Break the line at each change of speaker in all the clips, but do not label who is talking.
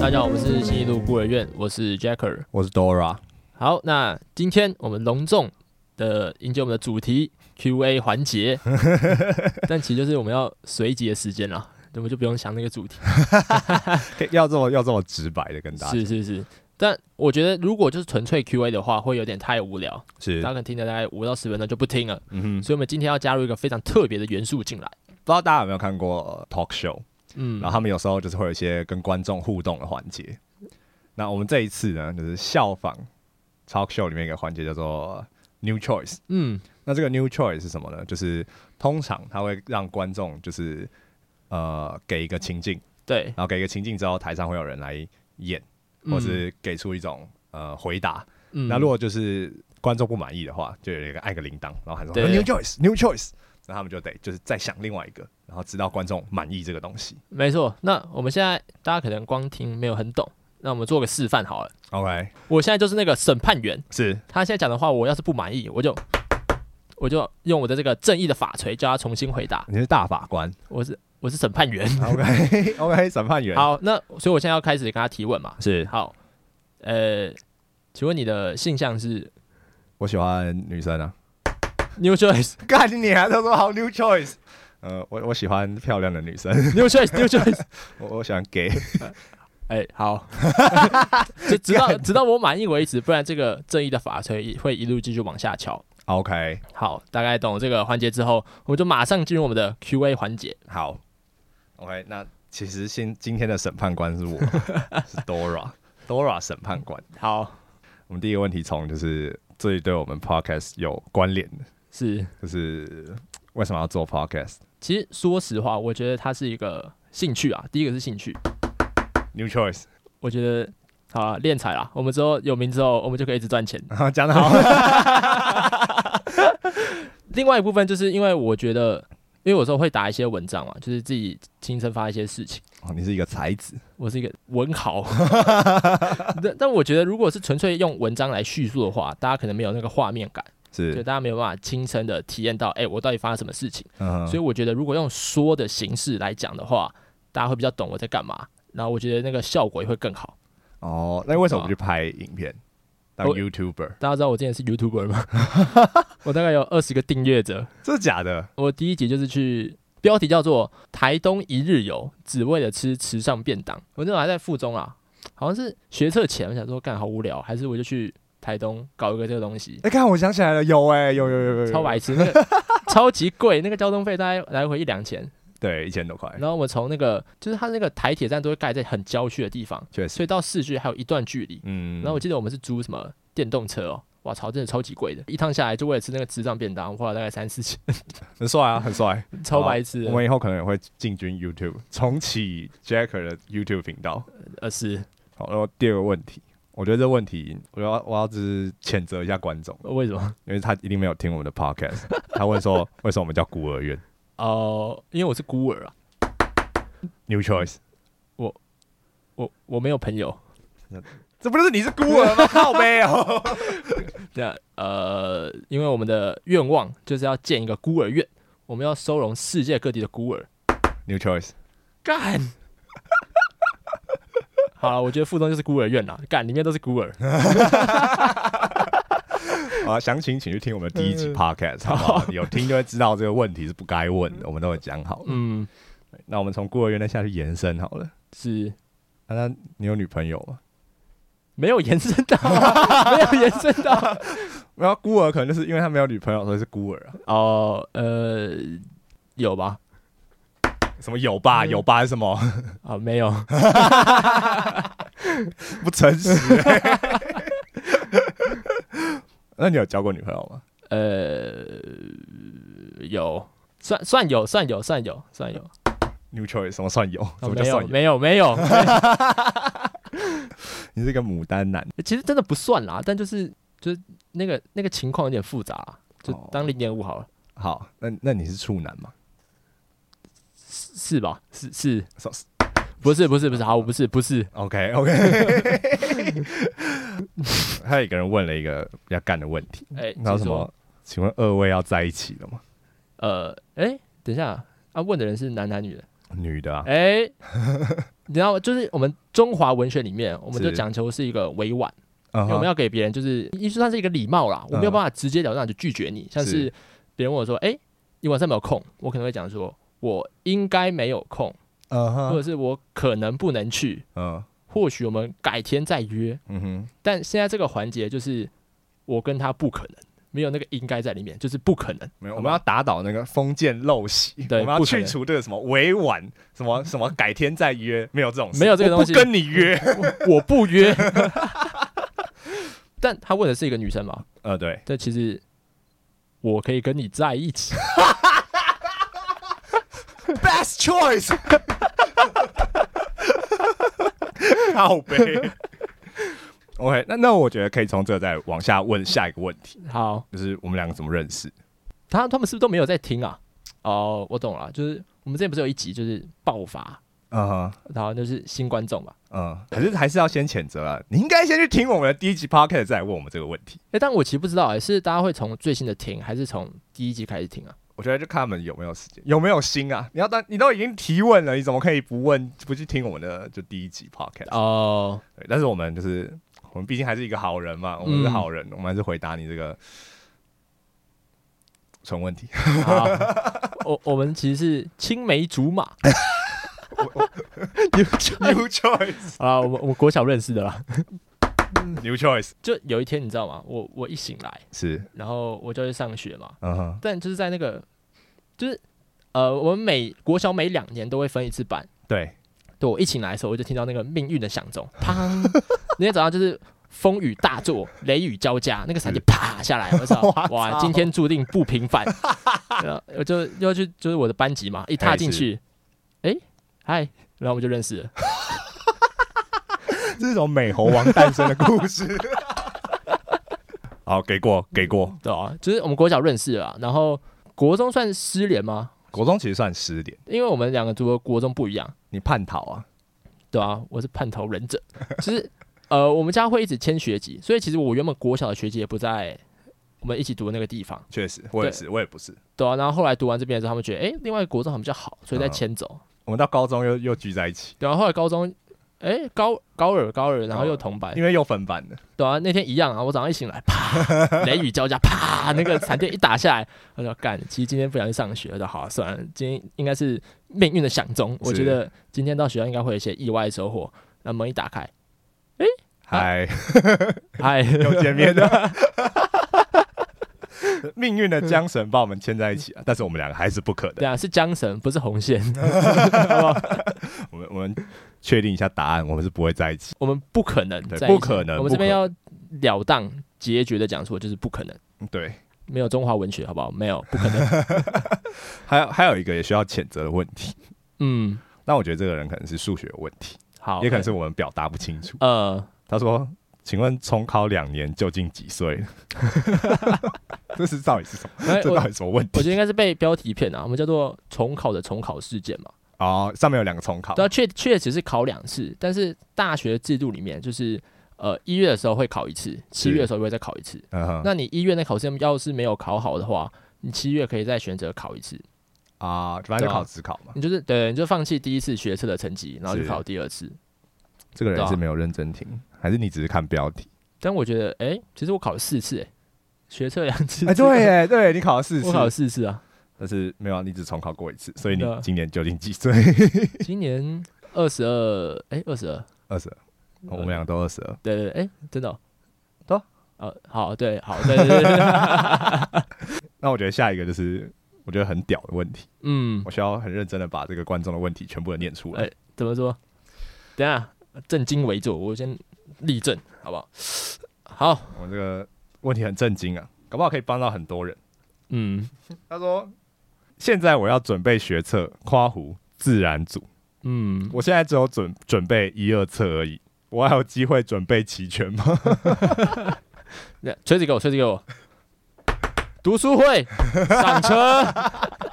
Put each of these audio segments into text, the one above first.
大家好，我们是新一路孤儿院，我是 Jacker。
我是 Dora，
好，那今天我们隆重的迎接我们的主题 Q&A 环 节，但其实就是我们要随机的时间啦，我们就不用想那个主题。
可以要这么要这么直白的跟大家
是是是，但我觉得如果就是纯粹 Q&A 的话，会有点太无聊，
是
大家可能听了大概五到十分钟就不听了。
嗯哼，
所以我们今天要加入一个非常特别的元素进来。
不知道大家有没有看过呃 talk show，
嗯
然后他们有时候就是会有一些跟观众互动的环节。那我们这一次呢，就是效仿 talk show 里面一个环节叫做呃 new choice。
嗯，
那这个 new choice 是什么呢？就是通常他会让观众就是呃给一个情境，
对，
然后给一个情境之后，台上会有人来演，或是给出一种呃回答。
嗯
那如果就是观众不满意的话，就有一个按个铃铛，然后喊说
对
“New choice, New choice”，然后他们就得就是再想另外一个，然后直到观众满意这个东西。
没错，那我们现在大家可能光听没有很懂，那我们做个示范好了。
OK，
我现在就是那个审判员，
是
他现在讲的话，我要是不满意，我就我就用我的这个正义的法锤叫他重新回答。
你是大法官
我是我是审判员。
，OK OK，审判员
好，那所以我现在要开始跟他提问嘛。
是
好，呃，请问你的性向是
我喜欢女生啊，
New Choice，New
干你啊！他说好 New choice，呃，我我喜欢漂亮的女 生，
Choice，New Choice。
我我喜欢 gay，
哎，好， 就直到直到我满意为止，不然这个正义的法锤会一路继续往下敲。
OK，
好，大概懂这个环节之后，我们就马上进入我们的 Q&A 环节。
好，OK，那其实现今天的审判官是 我，是 Dora，Dora 审判官。
好，
我们第一个问题从就是最对我们 podcast 有关联的，
是，
就是为什么要做 podcast？New
其实说实话，我觉得它是一个兴趣啊。第一个是兴趣，
choice，
我觉得好啊，练财啦。我们之后有名之后，我们就可以一直赚钱。
讲得好，
另外一部分就是因为我觉得，因为有时候会打一些文章嘛，就是自己亲身发一些事情。
哦你是一个才子，，
我是一个文豪， 但但我觉得如果是纯粹用文章来叙述的话，大家可能没有那个画面感，就是大家没有办法亲身的体验到，哎、我到底发生什么事情。
嗯
所以
哼，
我觉得如果用说的形式来讲的话，大家会比较懂我在干嘛，然后我觉得那个效果也会更好。
哦，那为什么不去拍影片当
我
YouTuber？
大家知道我之前是 YouTuber 吗？我大概有二十个订阅者。
这是假的？
我第一集就是去，标题叫做“台东一日游，只为了吃池上便当”。我那时候还在附中啊，好像是学测前，我想说干好无聊，还是我就去台东搞一个这个东 西，
哎，看我想起来了，有哎，有有有有，有
超，白痴，那个超级贵，那个交通费大概来回一两千。
对，一千多块，
然后我从那个就是它那个台铁站都会盖在很郊区的地方，
确实，
所以到市区还有一段距离。
嗯，
然后我记得我们是租什么电动车哦，哇操，真的超级贵的，一趟下来就为了吃那个池上便当，花了大概三四 千，
很帅啊，很帅。
超白痴的。
啊我们以后可能也会进军 YouTube，重启 Jacker 的 YouTube 频道。
呃是，
好，然后第二个问题，我觉得这问题，我要我要只谴责一下观众。
为什么？
因为他一定没有听我们的 podcast，他问说为什么我们叫孤儿院
哦、因为我是孤儿啊，
？New choice，
我我没有朋友，
这不就是你是孤儿 吗？靠背哦。
那呃，因为我们的愿望就是要建一个孤儿院，我们要收容世界各地的孤儿。
New choice，
干！ 好了，我觉得附中就是孤儿院啦，干里面都是孤儿。
啊，详情请去听我们的第一集 podcast，好不 好？有听就会知道这个问题是不该问的，我们都会讲好。
嗯，
那我们从孤儿院再下去延伸好了。
是
那、啊、那你有女朋友吗？
没有延伸到 啊、没有延伸到啊。
然后孤儿可能就是因为他没有女朋友，所以是孤儿啊。
哦，呃，有吧？
什么有吧？
嗯
有吧是什么？
啊，没有。
不诚实、 那你有交过女朋友吗？
呃，有，算算有，算有，算有，算有。
New choice 什么算有？ 什
哦
么叫
没有，
算有？
没有，没有。
你是一个牡丹男。
其实真的不算啦，但就是就是那个那个情况有点复杂啦，就
哦
当零点五好了，
好，那那你是处男吗？
是是吧？是是，
So-
不是不是不是，好，我不是不是，
OK OK，还有一个人问了一个比较干的问题，
哎、
然后
请
什
说
么请问二位要在一起了吗？
呃，哎、等一下啊，问的人是男男女的，
女的啊，
哎、 你知道吗？就是我们中华文学里面，我们就是讲求是一个委婉，
嗯
因为
哼
我们要给别人就是也算是一个礼貌啦，我没有
嗯
办法直截了当的拒绝你，像
是
是别人问我说，哎、你晚上有没有空？我可能会讲说，我应该没有空，
嗯
或者
哼，
是我可能不能去，
嗯
或许我们改天再约。
嗯哼，
但现在这个环节就是我跟他不可能，没有那个应该在里面，就是不可能。
没有，
好
我
吧
们要打倒那个封建陋习，
对
我们要
不可
去
能
除这个什么委婉，什么什么改天再约，没有这种事，
没有这个
我
东西
不跟你约。
我我不约。 但他问的是一个女生嘛？
呃，对，
但其实我可以跟你在一起。
best choice 。 靠背。OK，那那我觉得可以从这再往下问下一个问题，
好，
就是我们两个怎么认识？
他他们是不是都没有在听啊？哦，我懂了，就是我们之前不是有一集就是爆发，
嗯哼，
然后就是新观众嘛。
嗯，可是还是要先谴责啊！你应该先去听我们的第一集 podcast 再来问我们这个问题。
哎、但我其实不知道、欸，是大家会从最新的听，还是从第一集开始听啊？
我觉得就看他们有没有时间，有没有心啊！你要当你都已经提问了，你怎么可以不问不去听我们的就第一集 podcast？、
哦、
对，但是我们就是我们毕竟还是一个好人嘛，我们是
嗯
好人，我们还是回答你这个 纯问题。
好，我我们其实是青梅竹马。 你们就
New choice,
啊，我们我们国小认识的啦。
new choice
就有一天你知道吗？我我一醒来，
是，
然后我就去上学嘛。
嗯哼，
但就是在那个，就是呃，我们每国小每两年都会分一次班。
对，
对我一醒来的时候，我就听到那个命运的响钟， 砰！那天早上就是风雨大作，雷雨交加，那个伞就啪下来，我就知道
哇
哇，
操
今天注定不平 凡。然后我就又要去就是我的班级嘛，一踏进去，哎、嗨，然后我们就认识了。
这是种美猴王诞生的故事。 好，给过，给过。
对啊，就是我们国小认识了啊，然后国中算失联吗？
国中其实算失联，
因为我们两个读的国中不一样，
你叛逃啊？
对啊，我是叛逃忍 者，就是呃，我们家会一直迁学籍，所以其实我原本国小的学籍也不在我们一起读的那个地方，
确实，我也是，我也不是。
对啊，然后后来读完这边之后，他们觉得诶，另外一个国中好像比较好，所以
嗯
再迁走，
我们到高中又又聚在一起，
对啊，后来高中。诶，高高二高二，然后
高
又
二
同班，
因为又分班了。
对啊，那天一样啊，我早上一醒来，啪，雷雨交加，啪，那个闪电一打下来，我就干，其实今天不想去上学，我就好、啊算了，今天应该是命运的响钟，我觉得今天到学校应该会有一些意外的收获。那门一打开，哎
嗨，
嗨，
又见面了。 命运的缰绳把我们牵在一起啊，但是我们两个还是不可
对
的。
啊，是缰绳，不是红线，
我们我们确定一下答案，我们是不会在一起。
我们不可能
对
在一起
不可能
我们这边
不
要了当决绝的讲出，就是不可能，
嗯对，
没有中华文学，好不好？没有，不可能。
还有还有一个也需要谴责的问题，
嗯，
但我觉得这个人可能是数学有问题，
好，
也可能是我们表达不清楚。
呃，
他说：“请问重考两年究竟几岁 了？”这是到底是什么？
哎
这
我
到底什么问
我觉
题？
得应该是被标题骗啊，我们叫做重考的重考事件嘛。
哦，上面有两个重考
对，啊，确确实是考两次，但是大学制度里面就是，呃，一月的时候会考一次，七月的时候也会再考一次。
嗯哼，
那你一月那考试要是没有考好的话，你七月可以再选择考一次。
啊，反正
对
就
啊
考职考嘛。
你就是对，你就放弃第一次学测的成绩，然后去考第二次。
这个
对
人
啊
是没有认真听，还是你只是看标题？
但我觉得，哎、其实我考了四次、哎，学测两次，
哎，对，耶，对你考了四
啊 我考了
次，
四次啊。
但是没有啊，你只重考过一次，所以你
对啊
今年究竟几岁？
今年二十二，哎，二十二，
二十二，
嗯
我们两个都二十二。
对对，对哎，真的、哦，
对啊
呃，好，对，好，对对对 对，
那我觉得下一个就是我觉得很屌的问题，
嗯，
我需要很认真的把这个观众的问题全部的念出来。
哎怎么说？等一下正襟危坐，我先立正，好不好？好，
我们这个问题很震惊啊，搞不好可以帮到很多人。
嗯
他说：“现在我要准备学测，夸胡自然组，
嗯，
我现在只有准准备一二册而已，我还有机会准备齐全吗？
那锤子给我，锤子给我，读书会上车。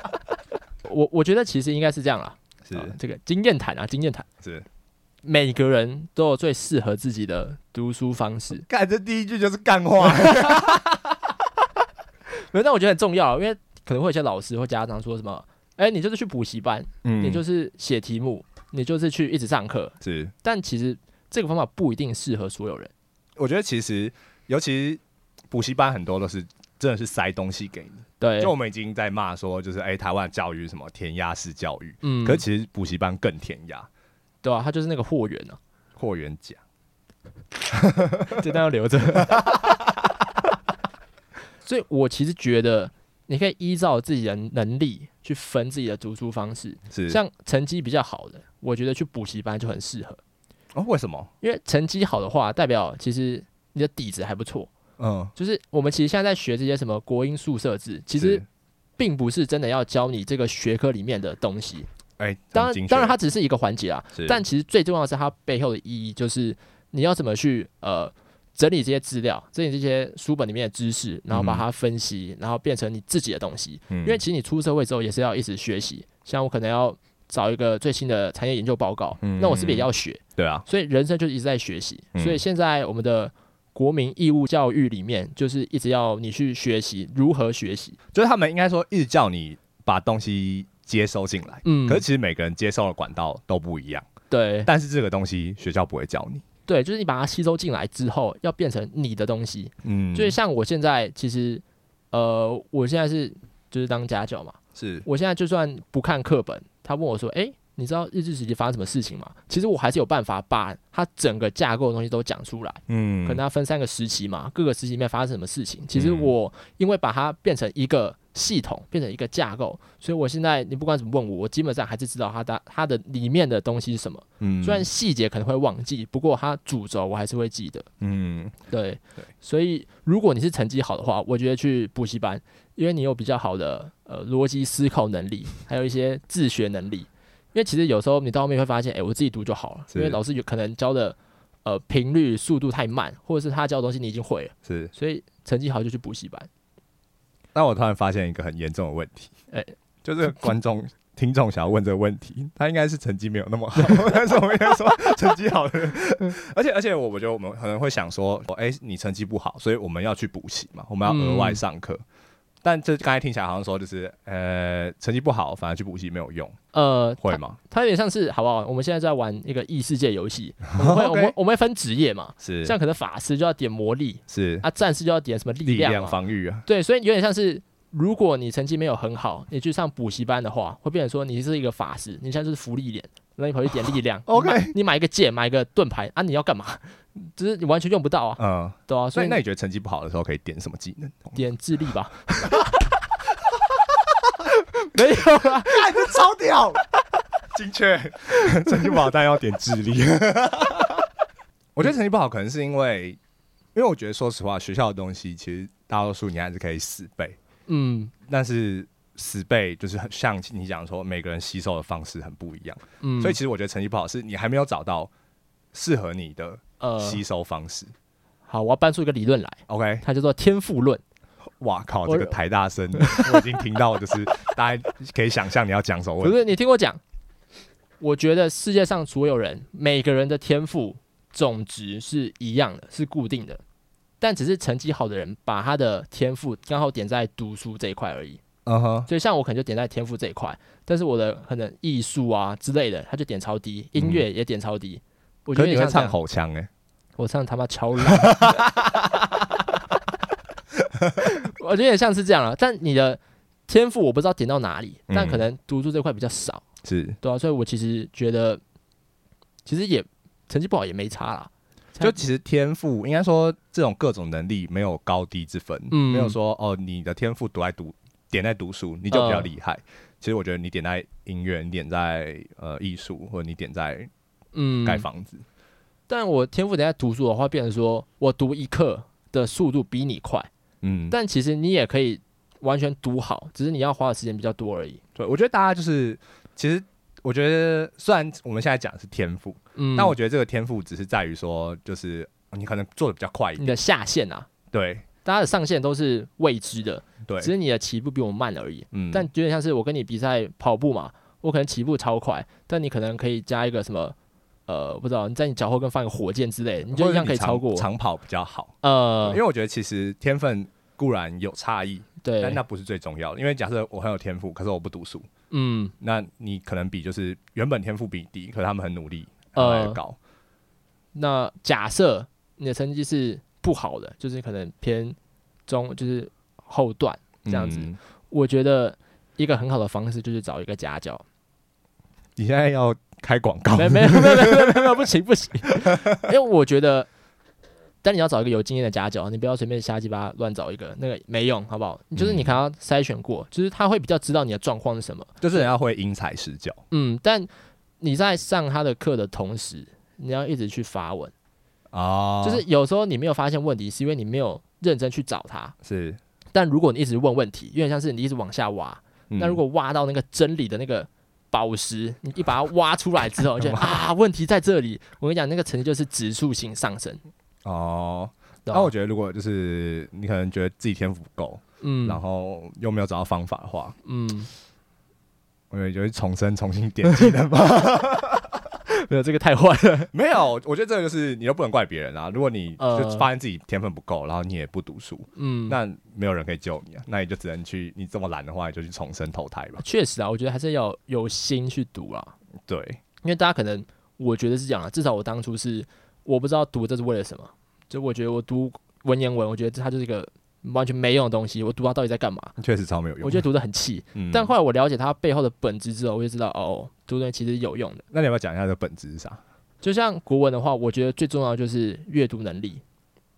我我觉得其实应该是这样啦，啊这个经验谈啊，经验谈，
是，
每个人都有最适合自己的读书方式。
看这第一句就是干话，
没有，但我觉得很重要，啊因为可能会有些老师或家长说什么，哎、你就是去补习班，
嗯
你就是是写题目，你就是去一直上课，
是，
但其实这个方法不一定适合所有人。
我觉得其实尤其补习班很多都是真的是塞东西给你，
对
就，我们已经在骂说就是哎、台湾的教育什么填鸭式教育，
嗯，
可是其实补习班更填鸭，
对啊，他就是那个货源 啊，
货源假。
这段要留着。 所以我其实觉得，你可以依照自己的能力去分自己的读书方式。
是
像成绩比较好的，我觉得去补习班就很适合，
哦，为什么？
因为成绩好的话，代表其实你的底子还不错。
嗯，
就是我们其实现在在学这些什么国音数设置，其实
是
并不是真的要教你这个学科里面的东西。
哎、
当
很
然，
精
当然
确
它只是一个环节啊，
是
但其实最重要的是它背后的意义，就是你要怎么去呃整理这些资料，整理这些书本里面的知识，然后
嗯
把它分析，然后变成你自己的东西。
因
因为其实你出社会之后也是要一直学习，像我可能要找一个最新的产业研究报告，
嗯
那我是不是也要学？
对啊，
所以人生就是一直在学习。
嗯
所以现在我们的国民义务教育里面，就是一直要你去学习如何学习。
就是他们应该说一直叫你把东西接收进来，
嗯
可是其实每个人接收的管道都不一样，
对
但是这个东西学校不会教你，
对，就是你把它吸收进来之后，要变成你的东西。
嗯
就是像我现在其实，呃，我现在是就是当家教嘛，
是
我现在就算不看课本，他问我说，诶，你知道日治时期发生什么事情吗？其实我还是有办法把它整个架构的东西都讲出来。
嗯
可能它分三个时期嘛，各个时期里面发生什么事情。其实
嗯
我因为把它变成一个系统，变成一个架构，所以我现在你不管怎么问我，我基本上还是知道它的它的里面的东西是什么。
嗯
虽然细节可能会忘记，不过它主轴我还是会记得。
嗯
对，
对
所以如果你是成绩好的话，我觉得去补习班，因为你有比较好的呃逻辑思考能 力，还有一些自学能力。因为其实有时候你到后面会发现，哎、我自己读就好了，
是
因为老师有可能教的呃频率、速度太慢，或者是他教的东西你已经会了，
是，
所以成绩好就去补习班。
但我突然发现一个很严重的问题，哎、
哎
就是观众。听众想要问这个问题，他应该是成绩没有那么好，但是我们应该说成绩好的人，而且而且我我觉得我们可能会想说，哎、你成绩不好，所以我们要去补习嘛，我们要额外
嗯
上课。但这刚才听起来好像说就是，呃，成绩不好反而去补习没有用，
呃，
会
它
吗？
它有点像是好不好？我们现在在玩一个异世界游 戏，我们会我
OK
们我们会分职业嘛，
是
像可能法师就要点魔力
是
啊，战士就要点什么
力
力量
量
嘛，
防御啊，
对，所以有点像是，如果你成绩没有很好，你去上补习班的话，会变成说你是一个法师，你现在就是福利脸，那你跑去点力量
OK
你买你买一个剑，买一个盾牌啊，你要干嘛？只是你完全用不到啊，
嗯，
对啊，所
所以
以
那你觉得成绩不好的时候可以点什么技能？
点智力 吧。没有啦，
这超屌，精确。成绩不好，但要点智力。我觉得成绩不好，可能是因为，因为我觉得说实话，学校的东西其实大多数你还是可以死背，
嗯
但是死背就是很像你讲说，每个人吸收的方式很不一样，
嗯，
所以其实我觉得成绩不好是你还没有找到适合你的
呃，
吸收方式。
好，我要搬出一个理论来，
OK，
它叫做天赋论。
哇靠，
我
这个台大 生，我已经听到，就是大家可以想象你要讲什么问
不
题。
是你听我讲，我觉得世界上所有人每个人的天赋总值是一样的，是固定的，但只是成绩好的人把他的天赋刚好点在读书这一块而已。
嗯哼，
所以像我可能就点在天赋这一块，但是我的可能艺术啊之类的，他就点超低，音乐也点超低。我觉
嗯可
得
是你
有
会
点像
唱
这样，
吼腔哎、
我唱他妈超烂。 我觉得也像是这样了，但你的天赋我不知道点到哪里，但可
嗯
能读书这块比较少。
是，
对啊，所以我其实觉得，其实也成绩不好也没差啦。
就其实天赋应该说这种各种能力没有高低之分，
嗯
没有说哦你的天赋读在读点在读书你就比较
嗯
厉害。其实我觉得你点在音乐，你点在呃艺术，或者你点在
嗯，
盖房子，
但我天赋等下读书的话，变成说我读一课的速度比你快，
嗯，
但其实你也可以完全读好，只是你要花的时间比较多而已。
对，我觉得大家就是其实。我觉得虽然我们现在讲的是天赋，
嗯，
但我觉得这个天赋只是在于说，就是你可能做的比较快一
你
点，
的下限啊，
对
大家的上限都是未知的，
对，
只是你的起步比我慢而已。
嗯
但有点像是我跟你比赛跑步嘛，我可能起步超快，但你可能可以加一个什么，呃，不知道你在你脚后跟放一个火箭之类的，你
或
就
者
一样可以
你长
超过我。
长跑比较好，
呃
因为，我觉得其实天分固然有差异，但那
对，
不是最重要的。因为假设我很有天赋，可是我不读书，
嗯，
那你可能比就是原本天赋比你低，可是他们很努力，
呃
呃，高，
那假设你的成绩是不好的，就是可能偏中，就是后段这样子。
嗯
我觉得一个很好的方式就是找一个家教，
你现在要开广告，
没没有没有没有没有没有不行不行，因为我觉得，但你要找一个有经验的家教，你不要随便瞎鸡巴乱找一个，那个没用，好不好？就是你可能要筛选过，就是他会比较知道你的状况是什么。
就是人家会因材施教。
嗯，但你在上他的课的同时，你要一直去发问，
哦，
就是有时候你没有发现问题，是因为你没有认真去找他。
是，
但如果你一直问问题，有点像是你一直往下挖，
嗯
那如果挖到那个真理的那个宝石，你一把它挖出来 之后，就啊，问题在这里。我跟你讲，那个成绩就是指数型上升。
哦，
对
那我觉得如果就是你可能觉得自己天赋不够，
嗯，
然后又没有找到方法的话，
嗯，
我觉得就是重生重新点击的吧。
没有这个太坏了。
没有，我觉得这个就是你都不能怪别人啊。如果你
呃
就发现自己天分不够，然后你也不读书，
嗯，
那没有人可以救你啊，那你就只能去，你这么懒的话，你就去重生投胎 吧。
确实啊，我觉得还是要有心去读啊，
对，
因为大家可能我觉得是这样啊，至少我当初是我不知道读这是为了什么，就我觉得我读文言文，我觉得它就是一个完全没用的东西，我读它到底在干嘛？
确实超没有用。
我觉得读的很气，
嗯
但后来我了解它背后的本质之后，我就知道哦，读东西其实有用的。
那你要不要讲一下这个本质是啥？
就像国文的话，我觉得最重要的就是阅读能力，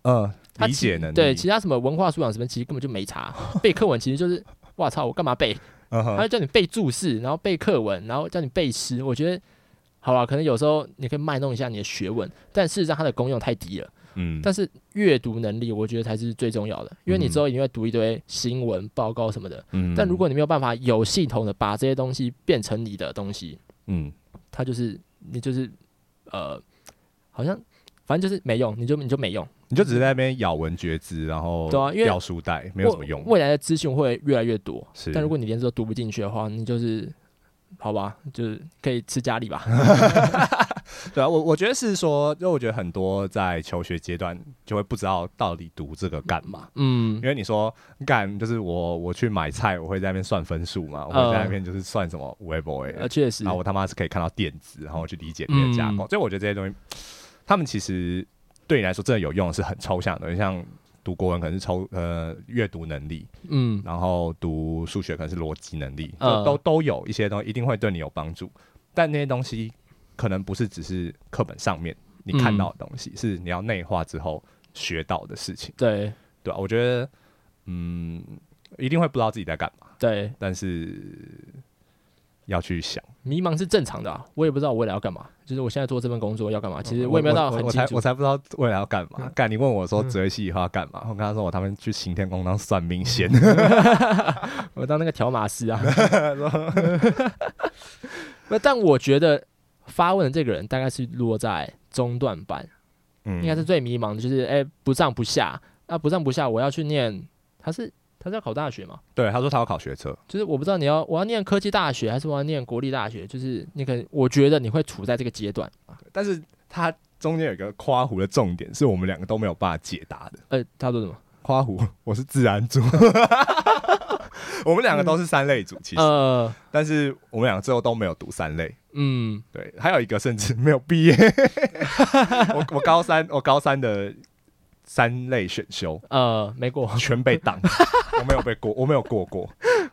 嗯，
它
理
其
解能力。
对，其他什么文化素养什么，其实根本就没 差。背课文其实就是，哇操，我干嘛背？
嗯
他
哼，
就叫你背注释，然后背课文，然后叫你背诗。我觉得，好了，可能有时候你可以卖弄一下你的学问，但事实上它的功用太低了。
嗯，
但是阅读能力，我觉得才是最重要的，因为你之后一定会读一堆新闻报告什么的，
嗯
但如果你没有办法有系统的把这些东西变成你的东西，
嗯，
它就是你就是呃，好像反正就是没用，你就你就没用。
你就只是在那边咬文嚼字，然后
对啊因为
掉书袋，没有什么用
未。未来的资讯会越来越多，
是
但如果你连这都读不进去的话，你就是好吧，就是可以吃家里 吧。
对啊，我我觉得是说，因为我觉得很多在求学阶段就会不知道到底读这个干嘛。
嗯
因，为你说干就是我我去买菜，我会在那边算分数嘛，我会在那边就是算什么五 A boy，
呃，确实
然，后我他妈是可以看到电子，然后去理解里面的架构。所以我觉得这些东西，他们其实对你来说真的有用的是很抽象的东西，像读国文可能是抽呃阅读能力，
嗯
然后读数学可能是逻辑能力，
嗯
就都都有一些东西一定会对你有帮助，但那些东西可能不是只是课本上面你看到的东西，是你要内化之后学到的事情，
对
对吧、我觉得，嗯，一定会不知道自己在干嘛，
对，
但是要去想。
迷茫是正常的啊、我也不知道我未来要干嘛，就是我现在做这份工作要干嘛，其实我也没有到
我
很
我
清
才
楚
我。才不知道未来要干嘛。干，你问我说
嗯
哲学系以后要干嘛？我跟他说我他们去行天宫当算命仙。
嗯我当那个条码师啊。不， 但我觉得发问的这个人大概是落在中段班，
嗯
应该是最迷茫的，就是哎、不上不下，那、不上不下，我要去念，他是他是要考大学嘛？
对，他说他要考学车。
就是我不知道你要我要念科技大学还是我要念国立大学，就是你可能我觉得你会处在这个阶段，
但是它中间有一个夸胡的重点，是我们两个都没有办法解答的。
呃，他说什么？
夸胡， 我是自然组，我们两个都是三类组，其实，
呃，
但是我们两个最后都没有读三类。
嗯，
对，还有一个甚至没有毕业。 我我高三，我高三的三类选修
呃，没过。
全被挡，我没有被过，我没有过过。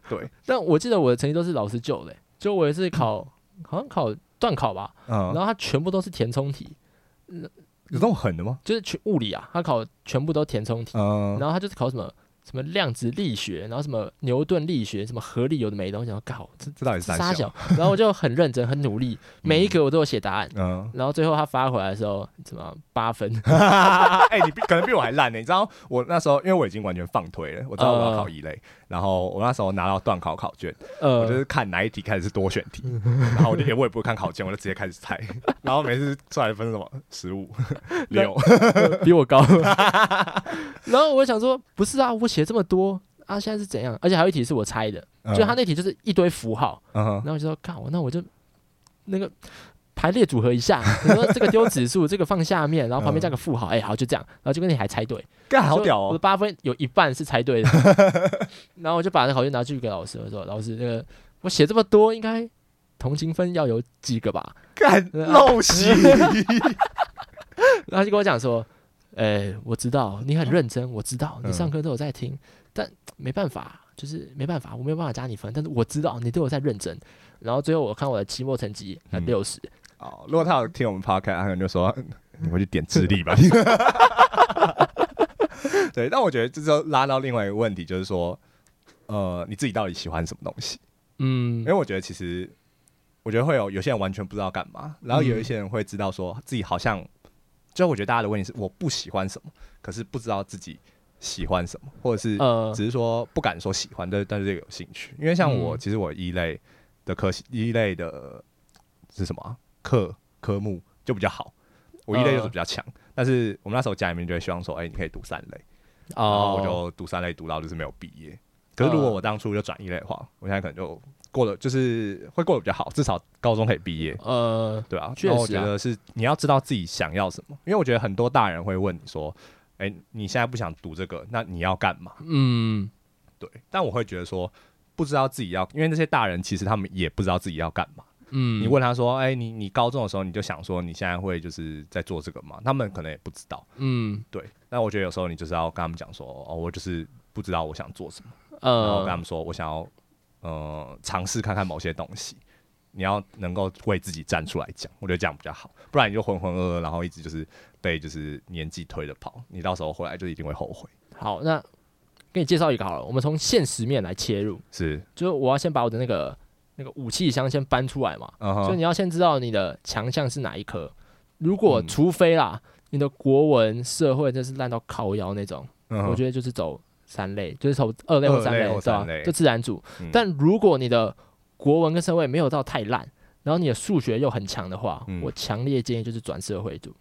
对，
但我记得我的成绩都是老师救的、就我也是考，好像考段考吧，然
嗯，
后它全部都是填充题，
有这么狠的吗？
就是全物理啊，它考全部都填充题，
嗯，
然后它就是考什么什么量子力学，然后什么牛顿力学，什么合理有的没的，我想要搞这
这到底是
傻
三小？
小，然后我就很认真很努 力，每一个我都有写答案。
嗯，
然后最后他发回来的时候，什么八分？
哎、你比可能比我还烂呢、你知道我那时候，因为我已经完全放推了，我知道我
啊
要考一类，然后我那时候拿到段考考卷， 我
呃，
就是看哪一题开始是多选题，然后我就也我也不会看考卷，我就直接开始猜，然后每次出来分是什么十五六，
呃比我高。 然后我想说，不是啊，我写这么多啊，现在是怎样？而且还有一题是我
嗯
猜的，就他那题就是一堆符号，
嗯哼，
然后我就说，看我那我就那个排列组合一下，你说这个丢指数，这个放下面，然后旁边加个负号，哎、好就这样，然后就跟你还猜对，
干嗯好屌
我的
哦！
八分有一半是猜对 的，然后我就把那考卷拿去给老师，我说老师，那个我写这么多，应该同情分要有几个吧？
干
嗯
陋习，
然后他就跟我讲说，呃、我知道你很认真，我知道你
嗯
上课都有在听，但没办法，就是没办法，我没有办法加你分，但是我知道你对我在认真。然后最后我看我的期末成绩
嗯
六十，
哦，如果他有听我们 podcast，他可能就说嗯你回去点智力吧。 对，但我觉得这就拉到另外一个问题，就是说，呃，你自己到底喜欢什么东西？
嗯
因为我觉得其实，我觉得会有有些人完全不知道干嘛，然后有一些人会知道说自己好像，就我觉得大家的问题是我不喜欢什么，可是不知道自己喜欢什么，或者是
呃
只是说不敢说喜欢，但但是这个有兴趣。因为像我，
嗯
其实我一类的科系，一类的是什么啊、课科目就比较好，
嗯
我一类就是比较强。但是我们那时候家里面就会希望说，哎、你可以读三类，然后我
哦，
就读三类读到就是没有毕业。可是如果我当初就转一类的话，我现在可能就过得就是会过得比较好，至少高中可以毕业。
呃，
对啊，
确
那我
实
觉
啊
得是你要知道自己想要什么，因为我觉得很多大人会问你说，哎、你现在不想读这个，那你要干嘛？
嗯，
对，但我会觉得说，不知道自己要，因为那些大人其实他们也不知道自己要干嘛。
嗯，
你问他说：“哎、你你高中的时候你就想说你现在会就是在做这个吗？”他们可能也不知道。
嗯
对，但我觉得有时候你就是要跟他们讲说：“哦，我就是不知道我想做什么。”然后跟他
呃，
们说：“我想要呃尝试看看某些东西。”你要能够为自己站出来讲，我觉得这样比较好，不然你就浑浑噩噩，然后一直就是被就是年纪推着跑，你到时候回来就一定会后悔。
好，那给你介绍一个好了，我们从现实面来切入，
是，
就是我要先把我的那个那个武器箱先搬出来嘛，
嗯
所以
哼，
你要先知道你的强项是哪一科。如果
嗯
除非啦，你的国文、社会真是烂到靠腰那种，
嗯哼
我觉得就是走三类，就是走二类或三
二类或
对吧、
三类
就自然组。
嗯
但如果你的国文跟社会没有到太烂，然后你的数学又很强的话，
嗯
我强烈建议就是转社会组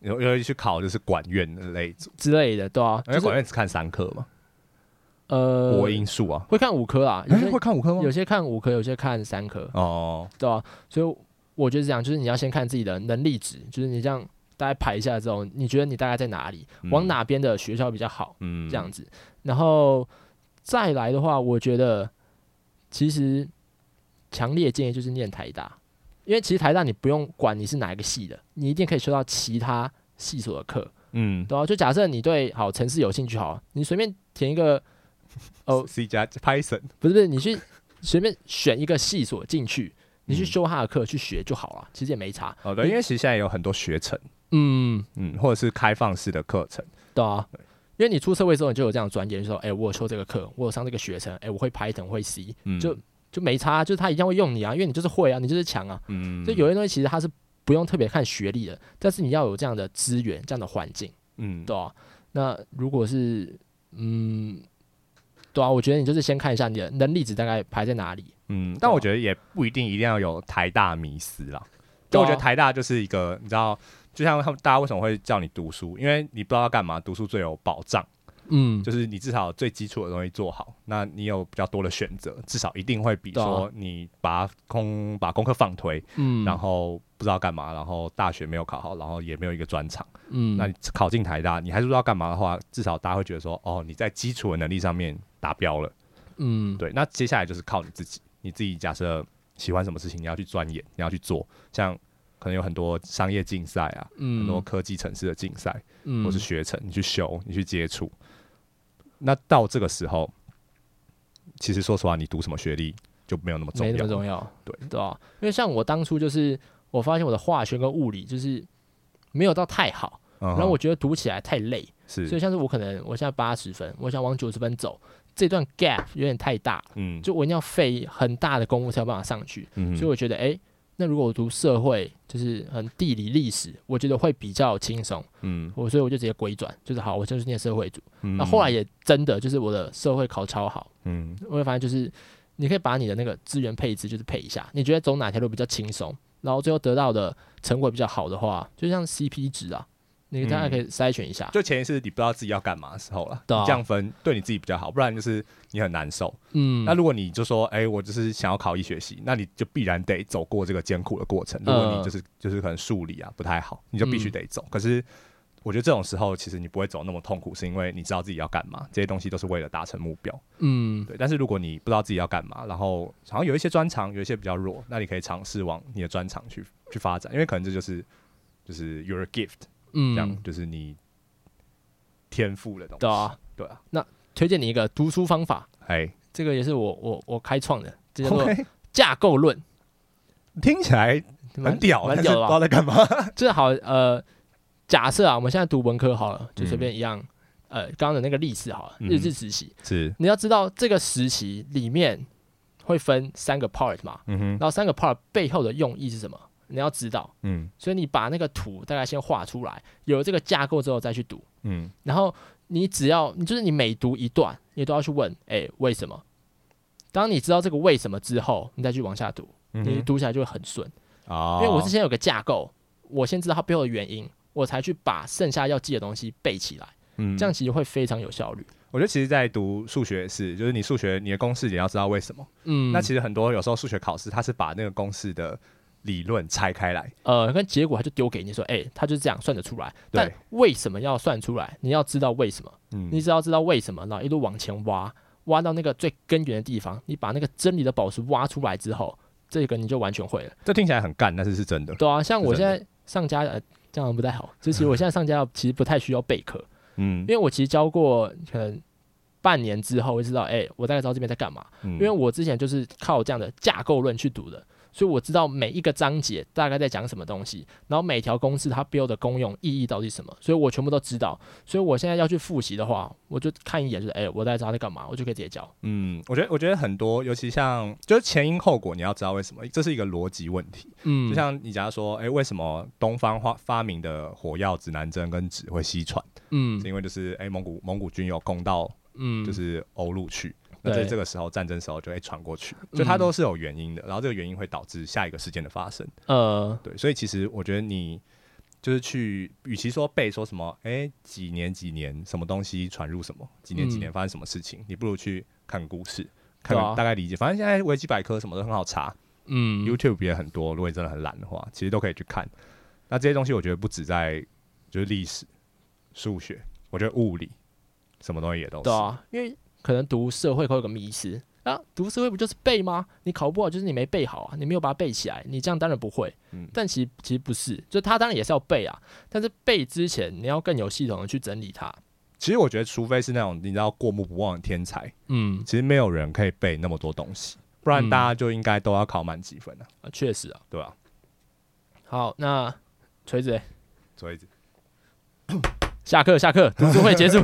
有有去考就是管院的类组，
之类的，对啊，
因
就
为哎管
是
院只看三科嘛，
呃，
国英数啊，
会看五科啦，有
哎
些
会看五科吗
有？些看五科，有些看三科，
哦，
对啊，所以我觉得是这样，就是你要先看自己的能力值，就是你这样大概排一下之后，你觉得你大概在哪里，
嗯
往？哪边的学校比较好，
嗯，
这样子。然后再来的话，我觉得其实强烈建议就是念台大，因为其实台大你不用管你是哪一个系的，你一定可以修到其他系所的课，
嗯
对啊，就假设你对好城市有兴趣，好了，你随便填一个，哦
，C 加 Python，
不是不是，你去随便选一个系所进去。你去
嗯
修他的课去学就好了，其实也没差。
哦对，因为其实现在有很多学程，
嗯，
嗯，或者是开放式的课程，
对啊，因为你出社会之后，你就有这样的专业，就说，哎、我有修这个课，我有上这个学程，哎、我会 Python，会 C，
嗯，
就就没差，就是他一样会用你啊，因为你就是会啊，你就是强啊。
嗯，
就有些东西其实他是不用特别看学历的，但是你要有这样的资源、这样的环境，
嗯，
对啊。那如果是嗯，对啊，我觉得你就是先看一下你的能力值大概排在哪里。
嗯，但我觉得也不一定一定要有台大迷思啦，就
对啊
我觉得台大就是一个，你知道，就像他们大家为什么会叫你读书，因为你不知道要干嘛，读书最有保障。
嗯，
就是你至少最基础的东西做好，那你有比较多的选择，至少一定会比
对啊
说你把空把功课放推，
嗯，
然后不知道干嘛，然后大学没有考好，然后也没有一个专长，
嗯，
那你考进台大，你还是不知道干嘛的话，至少大家会觉得说，哦，你在基础的能力上面达标了。
嗯，
对，那接下来就是靠你自己，你自己假设喜欢什么事情，你要去钻研，你要去做，像可能有很多商业竞赛啊，
嗯，
很多科技城市的竞赛，
嗯，
或是学成，你去修，你去接触。那到这个时候，其实说实话，你读什么学历就没有那么重
没那
要。
么重要，
对
对吧、因为像我当初就是，我发现我的化学跟物理就是没有到太好，
嗯哼
然后我觉得读起来太累，所以
是
像是我可能我现在八十分，我想往九十分走，这段 gap 有点太大，
嗯，
就我一定要费很大的功夫才有办法上去，
嗯哼
所以我觉得，诶，那如果我读社会，就是很地理历史，我觉得会比较轻松，
嗯
我所以我就直接归转，就是好，我就是念社会组。
嗯
那、后来也真的就是我的社会考超好，
嗯
我会发现就是你可以把你的那个资源配置就是配一下，你觉得走哪条路比较轻松，然后最后得到的成果比较好的话，就像 CP 值啊，你大家可以筛选一下。
嗯就前一次你不知道自己要干嘛的时候了，
对啊
你这样分对你自己比较好，不然就是你很难受。
嗯，
那如果你就说，哎、我就是想要考医学系，那你就必然得走过这个艰苦的过程。
嗯
如果你就是、就是可能数理啊不太好，你就必须得走。可是我觉得这种时候，其实你不会走那么痛苦，是因为你知道自己要干嘛，这些东西都是为了达成目标。
嗯，
对，但是如果你不知道自己要干嘛，然后好像有一些专长，有一些比较弱，那你可以尝试往你的专长去去发展，因为可能这就是就是 your gift，这
嗯，
样、就是你天赋的东西。
对啊，
对啊，
推荐你一个读书方法，
哎
这个也是我我我开创的，这叫做
，OK，
架构论，
听起来
蛮
很屌，
蛮
但是哦
屌
不
的啊吧
知道？在干嘛。
这好呃，假设啊，我们现在读文科好了，就随
嗯
便一样，呃，刚刚的那个历史好了，
嗯
日治时期，
是，
你要知道这个时期里面会分三个 part 嘛，
嗯哼，
然后三个 part 背后的用意是什么，你要知道，
嗯
所以你把那个图大概先画出来，有了这个架构之后再去读，
嗯
然后你只要你就是你每读一段，你都要去问，哎，为什么？当你知道这个为什么之后，你再去往下读，
嗯
你
哼，
读起来就会很顺。
啊
因为我是先有个架构，我先知道它背后的原因，我才去把剩下要记的东西背起来，
嗯
这样其实会非常有效率。
我觉得其实，在读数学也是，就是你数学你的公式也要知道为什么。
嗯
那其实很多有时候数学考试，它是把那个公式的理论拆开来。
呃，跟结果它就丢给你说，哎、它就是这样算得出来。
对
但为什么要算出来？你要知道为什么，
嗯
你只要知道为什么，然后一路往前挖，挖到那个最根源的地方，你把那个真理的宝石挖出来之后，这个你就完全会了。
这听起来很干，但是是真的。
对啊，像我
是
现
真的
在上家呃，这样不太好。就其实我现在上家其实不太需要备课，
嗯
因，为我其实教过可能半年之后，会知道，哎、我大概知道这边在干嘛。
因
因为我之前就是靠这样的架构论去读的，所以我知道每一个章节大概在讲什么东西，然后每条公式它 build 的功用意义到底是什么，所以我全部都知道。所以我现在要去复习的话，我就看一眼，就是哎、我大概知道它在干嘛，我就可以直接教。
嗯，我觉得我觉得很多，尤其像就是前因后果，你要知道为什么，这是一个逻辑问题。
嗯
就像你假如说，哎、为什么东方发发明的火药指南针跟纸会西传？
嗯
是因为就是哎、蒙古蒙古军有攻到
嗯，
就是欧陆去。那
对嗯
在这个时候，战争时候就会传过去，就它都是有原因的，然后这个原因会导致下一个事件的发生。
呃
对，所以其实我觉得你就是去，与其说背说什么，哎、几年几年什么东西传入什么，几年几年发生什么事情，你不如去看个故事，看
嗯对啊
个大概理解。反正现在维基百科什么都很好查、
嗯
y o u t u b e 也很多，如果你真的很懒的话，其实都可以去看。那这些东西我觉得不止在就是历史、数学，我觉得物理什么东西也都是。
对啊，因为可能读社会会有个迷失啊，读社会不就是背吗？你考不好就是你没背好啊，你没有把它背起来，你这样当然不会。
嗯
但其实其实不是，就它当然也是要背啊，但是背之前你要更有系统的去整理它。
其实我觉得，除非是那种你知道过目不忘的天才，
嗯，
其实没有人可以背那么多东西，
嗯
不然大家就应该都要考满几分啊，
啊确实啊。
对吧、
好，那锤子欸
所以
下课下课，读书会结束，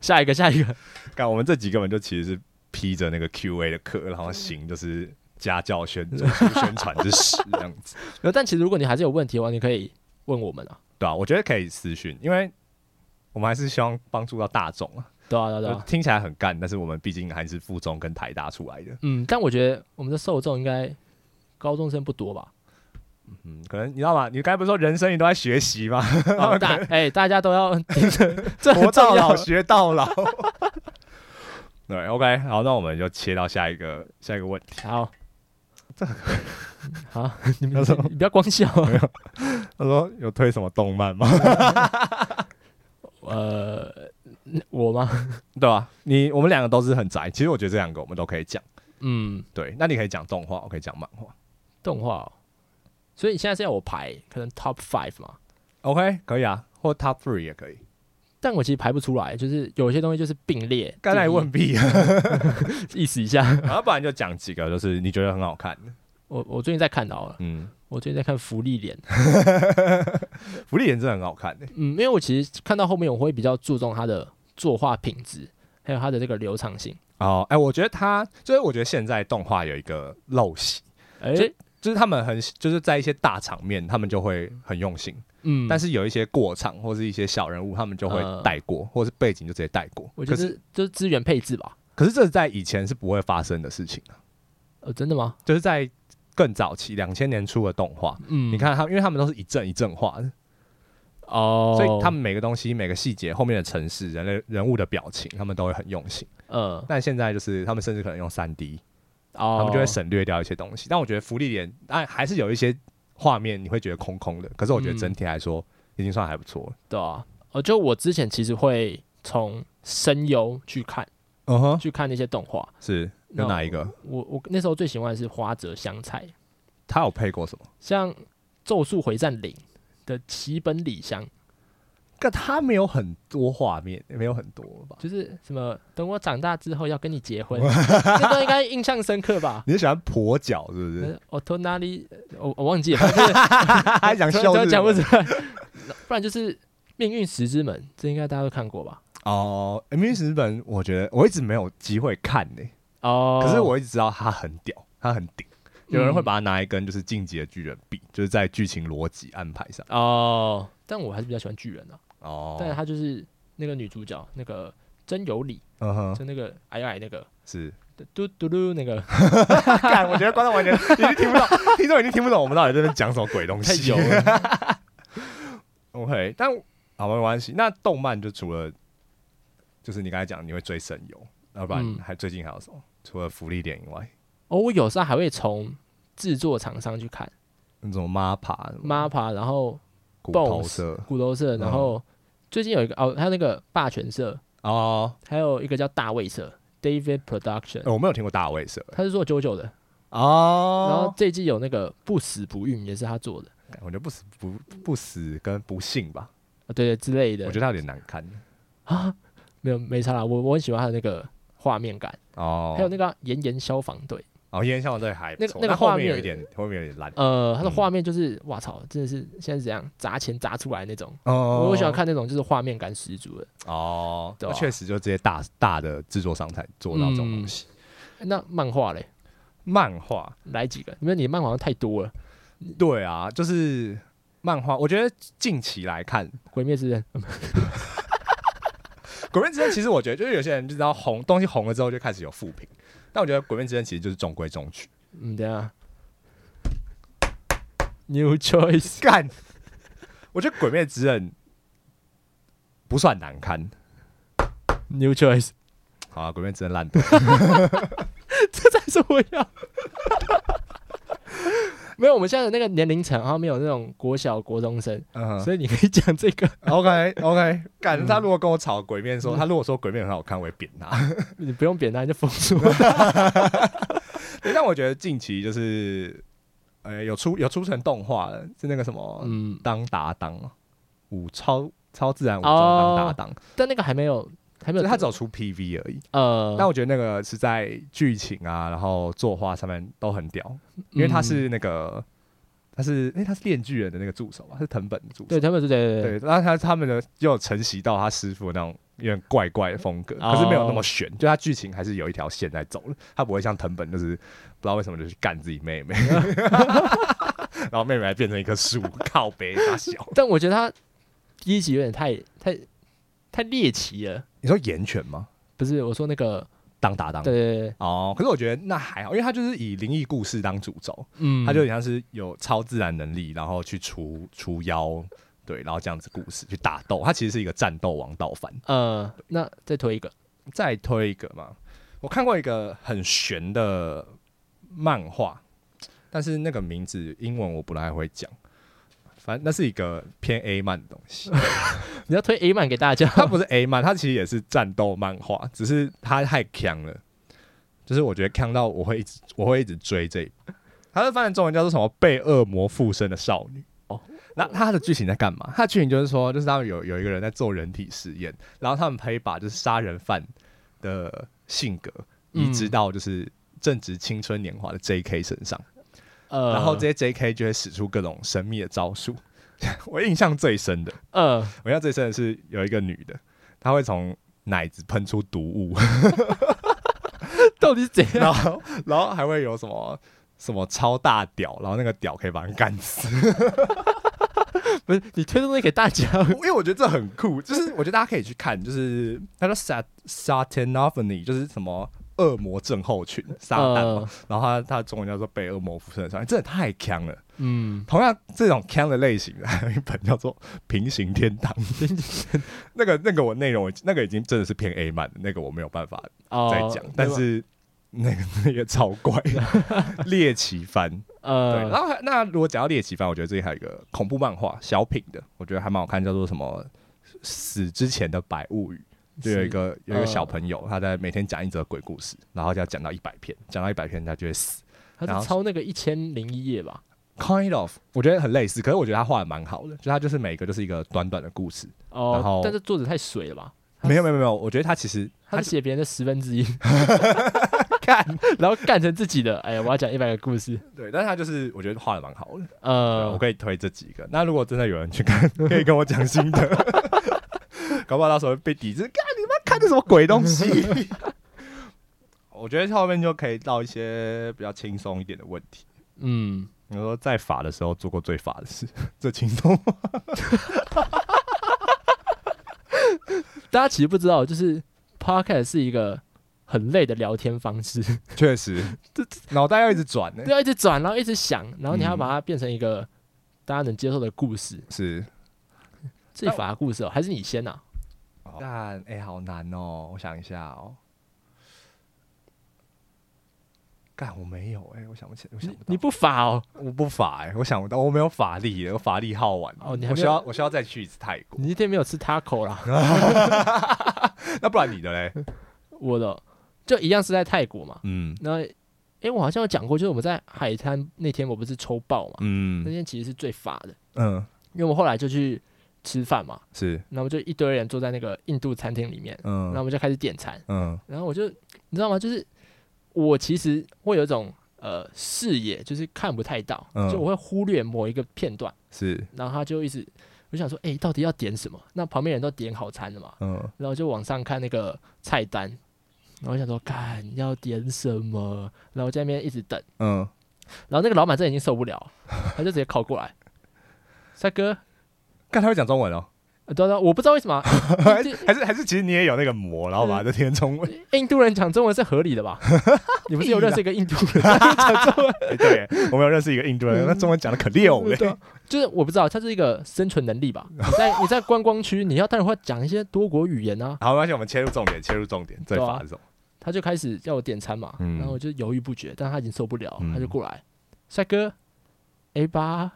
下一个下一个。
干，我们这集根本就其实是披着那个 Q&A 的课，然后行就是家教宣传、宣传之实这样子，
呃但其实如果你还是有问题的话，你可以问我们啊。
对啊，我觉得可以私讯，因为我们还是希望帮助到大众啊。
对啊对啊对
就
啊。
听起来很干，但是我们毕竟还是附中跟台大出来的，
嗯，但我觉得我们的受众应该高中生不多吧？
嗯，可能你知道吗？你刚才不是说人生你都在学习吗？
哦、大哎、大家都要这很重
活到
要
老。学到老。 对，OK，好，那我们就切到下一个下一个问题。
好， 好，你们
他说
你不要光笑啊。
他说有推什么动漫吗？
呃，我吗？
对吧、你我们两个都是很宅，其实我觉得这两个我们都可以讲。
嗯，
对，那你可以讲动画，我可以讲漫画。
动画、哦。所以你现在是要我排可能 top five 嘛？
OK，可以啊，或 Top Three 也可以。
但我其实排不出来，就是有些东西就是并列。
刚才
就是
问 B，
意思一下，
然后不然就讲几个，就是你觉得很好看的。
我我最近在看到了，
嗯，
我最近在看《福利脸》。
福利人真的很好看的、
嗯，因为我其实看到后面我会比较注重它的作画品质，还有它的这个流畅性。
哦，哎、我觉得他就是我觉得现在动画有一个陋习，
哎、
就就是他们很就是在一些大场面，他们就会很用心，
嗯，
但
是
是有一些过场或是一些小人物，他们就会
呃
带过，或是背景就直接带过。
我觉得
可是
是就是资源配置吧。
可是这在以前是不会发生的事情啊，
呃，真的吗？
就是在更早期两千年初的动画，
嗯，
你看他，因为他们都是一阵一阵画的，
哦，
所以他们每个东西、每个细节后面的城市、人类人物的表情，他们都会很用心。
嗯，
但现在就是他们甚至可能用三 D，
哦，
他们就会省略掉一些东西。但我觉得福利脸，但还是有一些画面你会觉得空空的。可是我觉得
嗯
整体来说，已经算还不错了。
对啊，哦，就我之前其实会从声优去看
嗯哼，
去看那些动画，
是有哪一个？
我我那时候最喜欢的是花泽香菜，
他有配过什么？
像《咒术回战零》的齐本里香，
但他没有很多画面，也没有很多吧？
就是什么等我长大之后要跟你结 婚，这段应该印象深刻吧？
你是喜欢跛脚是不是？
呃我头哪里？我我忘记了，反正就是
还 想
突
笑
然讲不
是
出来， 不然就是《命运石之门》，这应该大家都看过吧？
哦，《明日本》我觉得我一直没有机会看呢、
哦，
可是我一直知道他很屌，他很顶。有人会把它拿来跟就是《进击的巨人》比，就是在剧情逻辑安排上。
哦，但我还是比较喜欢巨人啊。
哦，
但是她就是那个女主角，那个真有理，
嗯哼，
就那个矮矮那个
是。
嘟嘟噜那个
干，我觉得观众完全已经听不到，听众已经听不懂我们到底在那边讲什么鬼东
太
西
油。了。
OK，但好没关系。那动漫就除了就是你刚才讲你会追声优，要不然
嗯
还最近还有什么？除了福利点以外，
哦，我有时候还会从制作厂商去看
那种 MAPA 什么
MAPA，然后
嗯骨
Bones
头社嗯
骨头社，然后最近有一个哦，还有那个霸权社，
哦、
还有一个叫大卫社 David Production，
呃我没有听过大卫社
他是做 JoJo 的，
哦
然后这一季有那个不死不孕也是他做的，
我觉得不死不不死跟不幸吧，
哦对对之类的
我觉，得它有点难看
没有没差啦，我我很喜欢他的那个画面感，
哦。
还有那个啊炎炎消防队。
哦，烟消防队还不错，
那个那个
但后
画
面
面
有一点，后面有点烂。
呃，它的
嗯
画面就是，哇操，真的是现在是怎样砸钱砸出来那种。
哦
呃我我喜欢看那种就是画面感十足的。
哦，
对啊
那确实就这些大大的制作商才做到这种东西。
那漫画嘞，
嗯漫画，
来几个？因为你漫画好像太多了，
对啊，就是漫画。我觉得近期来看，《
《鬼灭之刃》
鬼灭之刃》其实我觉得就是有些人就知道红东西红了之后就开始有负评，但我觉得《鬼灭之刃》其实就是中规中矩。
嗯，等一下。New choice，
干，我觉得《鬼灭之刃》不算难看。
new choice，
好啊，《鬼灭之刃》烂的。
这才是我要。 没有，我们现在的那个年龄层好像没有那种国小、国中生，
嗯
所以你可以讲这个，
OK OK，感
嗯
他如果跟我吵鬼面说，他如果说鬼面很好看，我会扁他。
你不用扁担就封住。
但我觉得近期就是，呃，有出有出成动画了，是那个什么、
嗯，
当达当啊武超超自然武装当达当，
但那个还没有，哦还没
就是
有。
他只有出 PV 而已。
呃，
但我觉得那个是在剧情啊，然后作画上面都很屌，因
嗯
为他是那个他是哎他是炼巨人的那个助手吧，啊他是藤本的助手
对。他们是对对
对，然后他他们的又有承袭到他师傅那种有点怪怪的风格，
哦
可是没有那么悬，就他剧情还是有一条线在走的，他不会像藤本就是不知道为什么就去干自己妹 妹，然后妹妹还变成一棵树，靠北大小。
但我觉得他第一集有点太太太猎奇了。
你说岩泉吗？
不是，我说那个，
当搭档
对对对，
哦，可是我觉得那还好，因为他就是以灵异故事当主轴，
嗯，
他就有点像是有超自然能力，然后去除除妖。对，然后这样子故事去打斗，他其实是一个战斗王道番。
呃，那再推一个，
再推一个嘛，我看过一个很悬的漫画，但是那个名字英文我不太会讲，反正那是一个偏 A 漫的东西。
你要推 A 漫给大 家，
它不是 A 漫，它其实也是战斗漫画，只是它太强了，就是我觉得强到我会一直我会一直追这一部。它是翻成中文叫做什么“被恶魔附身的少女”。
哦
哦，那它的剧情在干嘛？它的剧情就是说，就是他们有有一个人在做人体实验，然后他们可以把就是杀人犯的性格移植
嗯
到就是正值青春年华的 J.K. 身上。
呃，
然后这些 J.K. 就会使出各种神秘的招数。 我印象最深的，
呃，
我印象最深的是有一个女的，她会从奶子喷出毒 物，
到底是怎样？
然后然后还会有什么什么超大屌，然后那个屌可以把人干死。
不是你推东西给大家，
因为我觉得这很酷，就是我觉得大家可以去看，就是他说 sat satanophony，就是什么。恶魔症候群，撒旦嘛。
呃
然后他他中文叫做被恶魔附身的伤害，真的太强了。
嗯，
同样这种 can 的类型，还有一本叫做《平行天堂》， 那个那个我内容那个已经真的是偏 A 漫的，那个我没有办法
哦
再讲，但是那个 那个超 怪的猎奇番。对，然
呃，
后还那如果讲到猎奇番，我觉得这里还有一个恐怖漫画小品的，我觉得还蛮好看，叫做什么《死之前的百物语》。就有一个有一
嗯
个小朋友，他在每天讲一则鬼故事，然后就要讲到一百篇，讲到一百篇他就会死。
他
然后
是抄那个一千零一夜吧？
Kind of，我觉得很类似，可是我觉得他画的蛮好的，就他就是每一个就是一个短短的故事。然后
哦，但是作者太水了吧？他
没有没有没有，我觉得他其实
他是写别人的十分 之一，干，然后干成自己的。哎呀，我要讲一百个故事。
对，但是他就是我觉得画的蛮好的。对我啊
呃，
可以推这几个。那如果真的有人去看， 可以跟我讲心得， 搞不好到时候被抵制。看你们看的什么鬼东西？ 我觉得后面就可以到一些比较轻松一点的问题。
嗯，
你说在法的时候做过最法的事， 这轻松吗？
大家其实不知道，就是 podcast 是一个很累的聊天方式，
确实，这脑袋要一直转呢、
对，啊要一直转，然后一直想，然后你还要
嗯
把它变成一个大家能接受的故事。
是，
自己法的故事哦，还是你先啊？
但哎、好难哦，我想一下哦。干，我没有哎、我想不起，我想
你
不到。
你不法哦，
我不法哎、我想不到，我没有法力耶，我法力耗完。
哦你还
我
没
需
有
要我需要再去一次泰国。
你那天没有吃 taco 啦。嗯
那不然你 的嘞？
我的就一样是在泰国嘛。
嗯
那诶，我好像有讲过，就是我们在海滩那天，我不是抽爆嘛？那
嗯
天其实是最法的，
嗯，
因为我们后来就去吃饭嘛，
是
那我们就一堆人坐在那个印度餐厅里面，然后我
嗯
们就开始点餐，
嗯
然后我就你知道吗？就是我其实会有一种呃视野，就是看不太到，
嗯
就我会忽略某一个片段，
是
然后他就一直我想说，诶，到底要点什么？那旁边人都点好餐了嘛，
嗯
然后就往上看那个菜单，然后我想说，干要点什么？然后我在那边一直等，
嗯，
然后那个老板真的已经受不了，他就直接靠过来，帅哥，
看他会讲中文哦，
呃对对，我不知道为什么啊
还
印
是 还是还是其实你也有那个魔，然后把这填中 文。
印度人讲中文是合理的吧？你不是有认识一个印度人讲中文？
哎对，我们有认识一个印度人，那中文讲的可溜欸嘞。
嗯 对啊就是我不知道，他是一个生存能 力吧？你在你在观光区，你要当然会讲一些多国语言啊。
好，没关系，我们切入重点，切入重点，最
对
法
啊
这种。
他就开始叫我点餐嘛，
嗯
然后我就犹豫不决，但他已经受不了，
嗯
他就过来，帅哥，A 八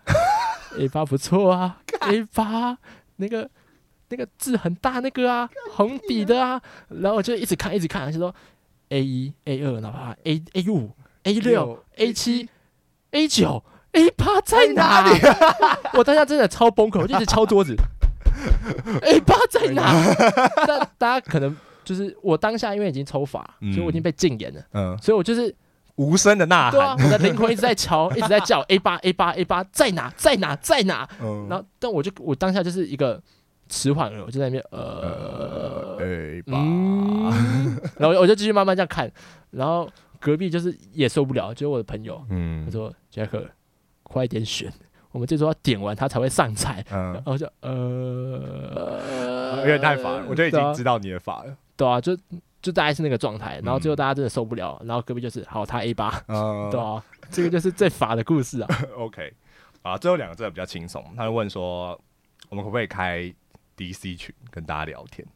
，A 八不错啊，A 八那个那个字很大那个啊，红底的啊，然后我就一直看一直看，他就说 A 一 A 二，哪怕 A A 五 A 六 A 七 A 九 A 八在哪里？ 我当下真的超崩溃，我就一直敲桌 子。A 八在哪？但大家可能就是我当下因为已经抽法，
嗯
所以我已经被禁言了，
嗯，
所以我就是
无声的呐
对啊，
喊。
我的灵魂一直在敲，一直在叫 A 八 A 八 A 八在哪在哪在哪？
嗯
然后但我就我当下就是一个迟缓了，我就在那边呃
哎
嗯
吧，，
然后我就继续慢慢这样看，然后隔壁就是也受不了，就是我的朋友，
嗯
他说杰克，快点选，我们最终要点完它才会上菜。
嗯
然，后就呃，
有点太法了，我就已
对啊
经知道你的法了。
对啊，就就大概是那个状态，然后最后
嗯
大家真的受不了，然后隔壁就是好他 A 八，
嗯
对啊，这个就是最法的故事啊，
OK，啊，最后两个真的比较轻松。他就问说，我们可不可以开 DC 群跟大家聊天？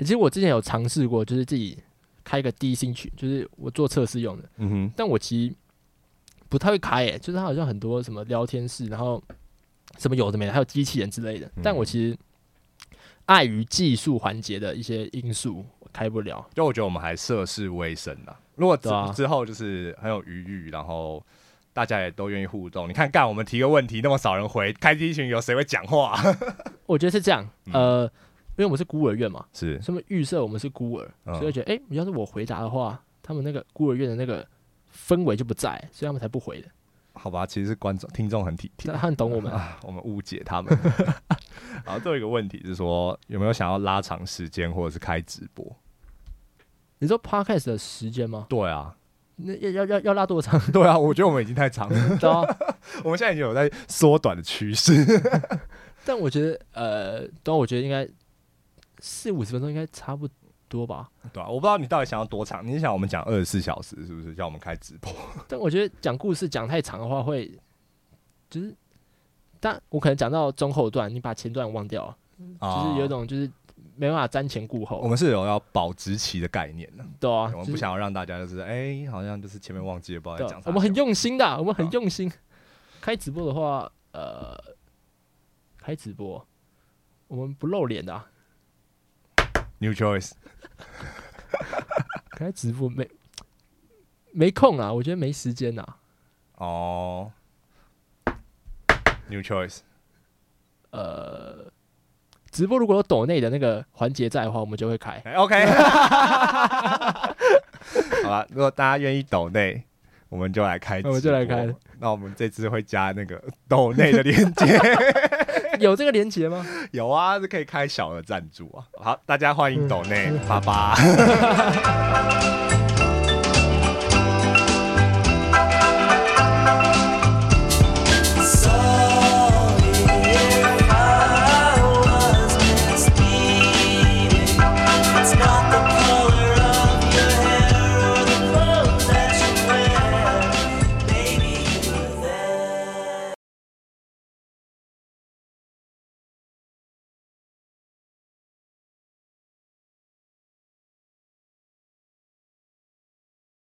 其实我之前有尝试过，就是自己开一个低薪群，就是我做测试用的，
嗯哼，
但我其实不太会开诶、就是它好像很多什么聊天室，然后什么有的没的，还有机器人之类的，但我其实碍于技术环节的一些因素，我开不了。
就我觉得我们还涉世未深啊。如果之、
对啊
之后就是很有余裕，然后大家也都愿意互动，你看干我们提个问题，那么少人回，开 DC 群有谁会讲话、
我觉得是这样，呃，因为我们是孤儿院嘛，
是，
他们预设我们是孤儿，
嗯
所以就觉得，哎、要是我回答的话，他们那个孤儿院的那个氛围就不在，所以他们才不回的。
好吧，其实是观众听众很体贴
那。他们懂我们，
啊， 我们误解他们。 然后最后一个问题是说，有没有想要拉长时间，或者是开直播？
你说 podcast 的时间吗？
对啊，
那要要要要拉多长？
对啊，我觉得我们已经太长了，
对啊，
我们现在已经有在缩短的趋势。
但我觉得，呃，但我觉得应该四五十分钟应该差不多吧。
对啊，我不知道你到底想要多长，你是想我们讲二十四小时是不是？叫我们开直播？
但我觉得讲故事讲太长的话会，就是，但我可能讲到中后段，你把前段忘掉了，嗯就是有一
啊
种就是没办法瞻前顾
我
后，
们是有要保值期的概念的、
对啊，
我们
就
不
是
想要让大家就是哎、好像就是前面忘记了，不知道
对啊
在讲，啥。
我们很用心的啊，我们很
对啊
用心。开直播的话，呃，开直播，我们不露脸的啊、
new choice，
开直播没没空啊，我觉得没时间呐、
哦、n e w choice，
直播如果有抖内的那个环节在的话，我们就会开。
哎、OK，好了，如果大家愿意抖内，我们就来开直播，
我们就来开
那我们这次会加那个抖内的链接，
有这个连接吗？
有啊，是可以开小额赞助啊。好，大家欢迎抖内，爸爸。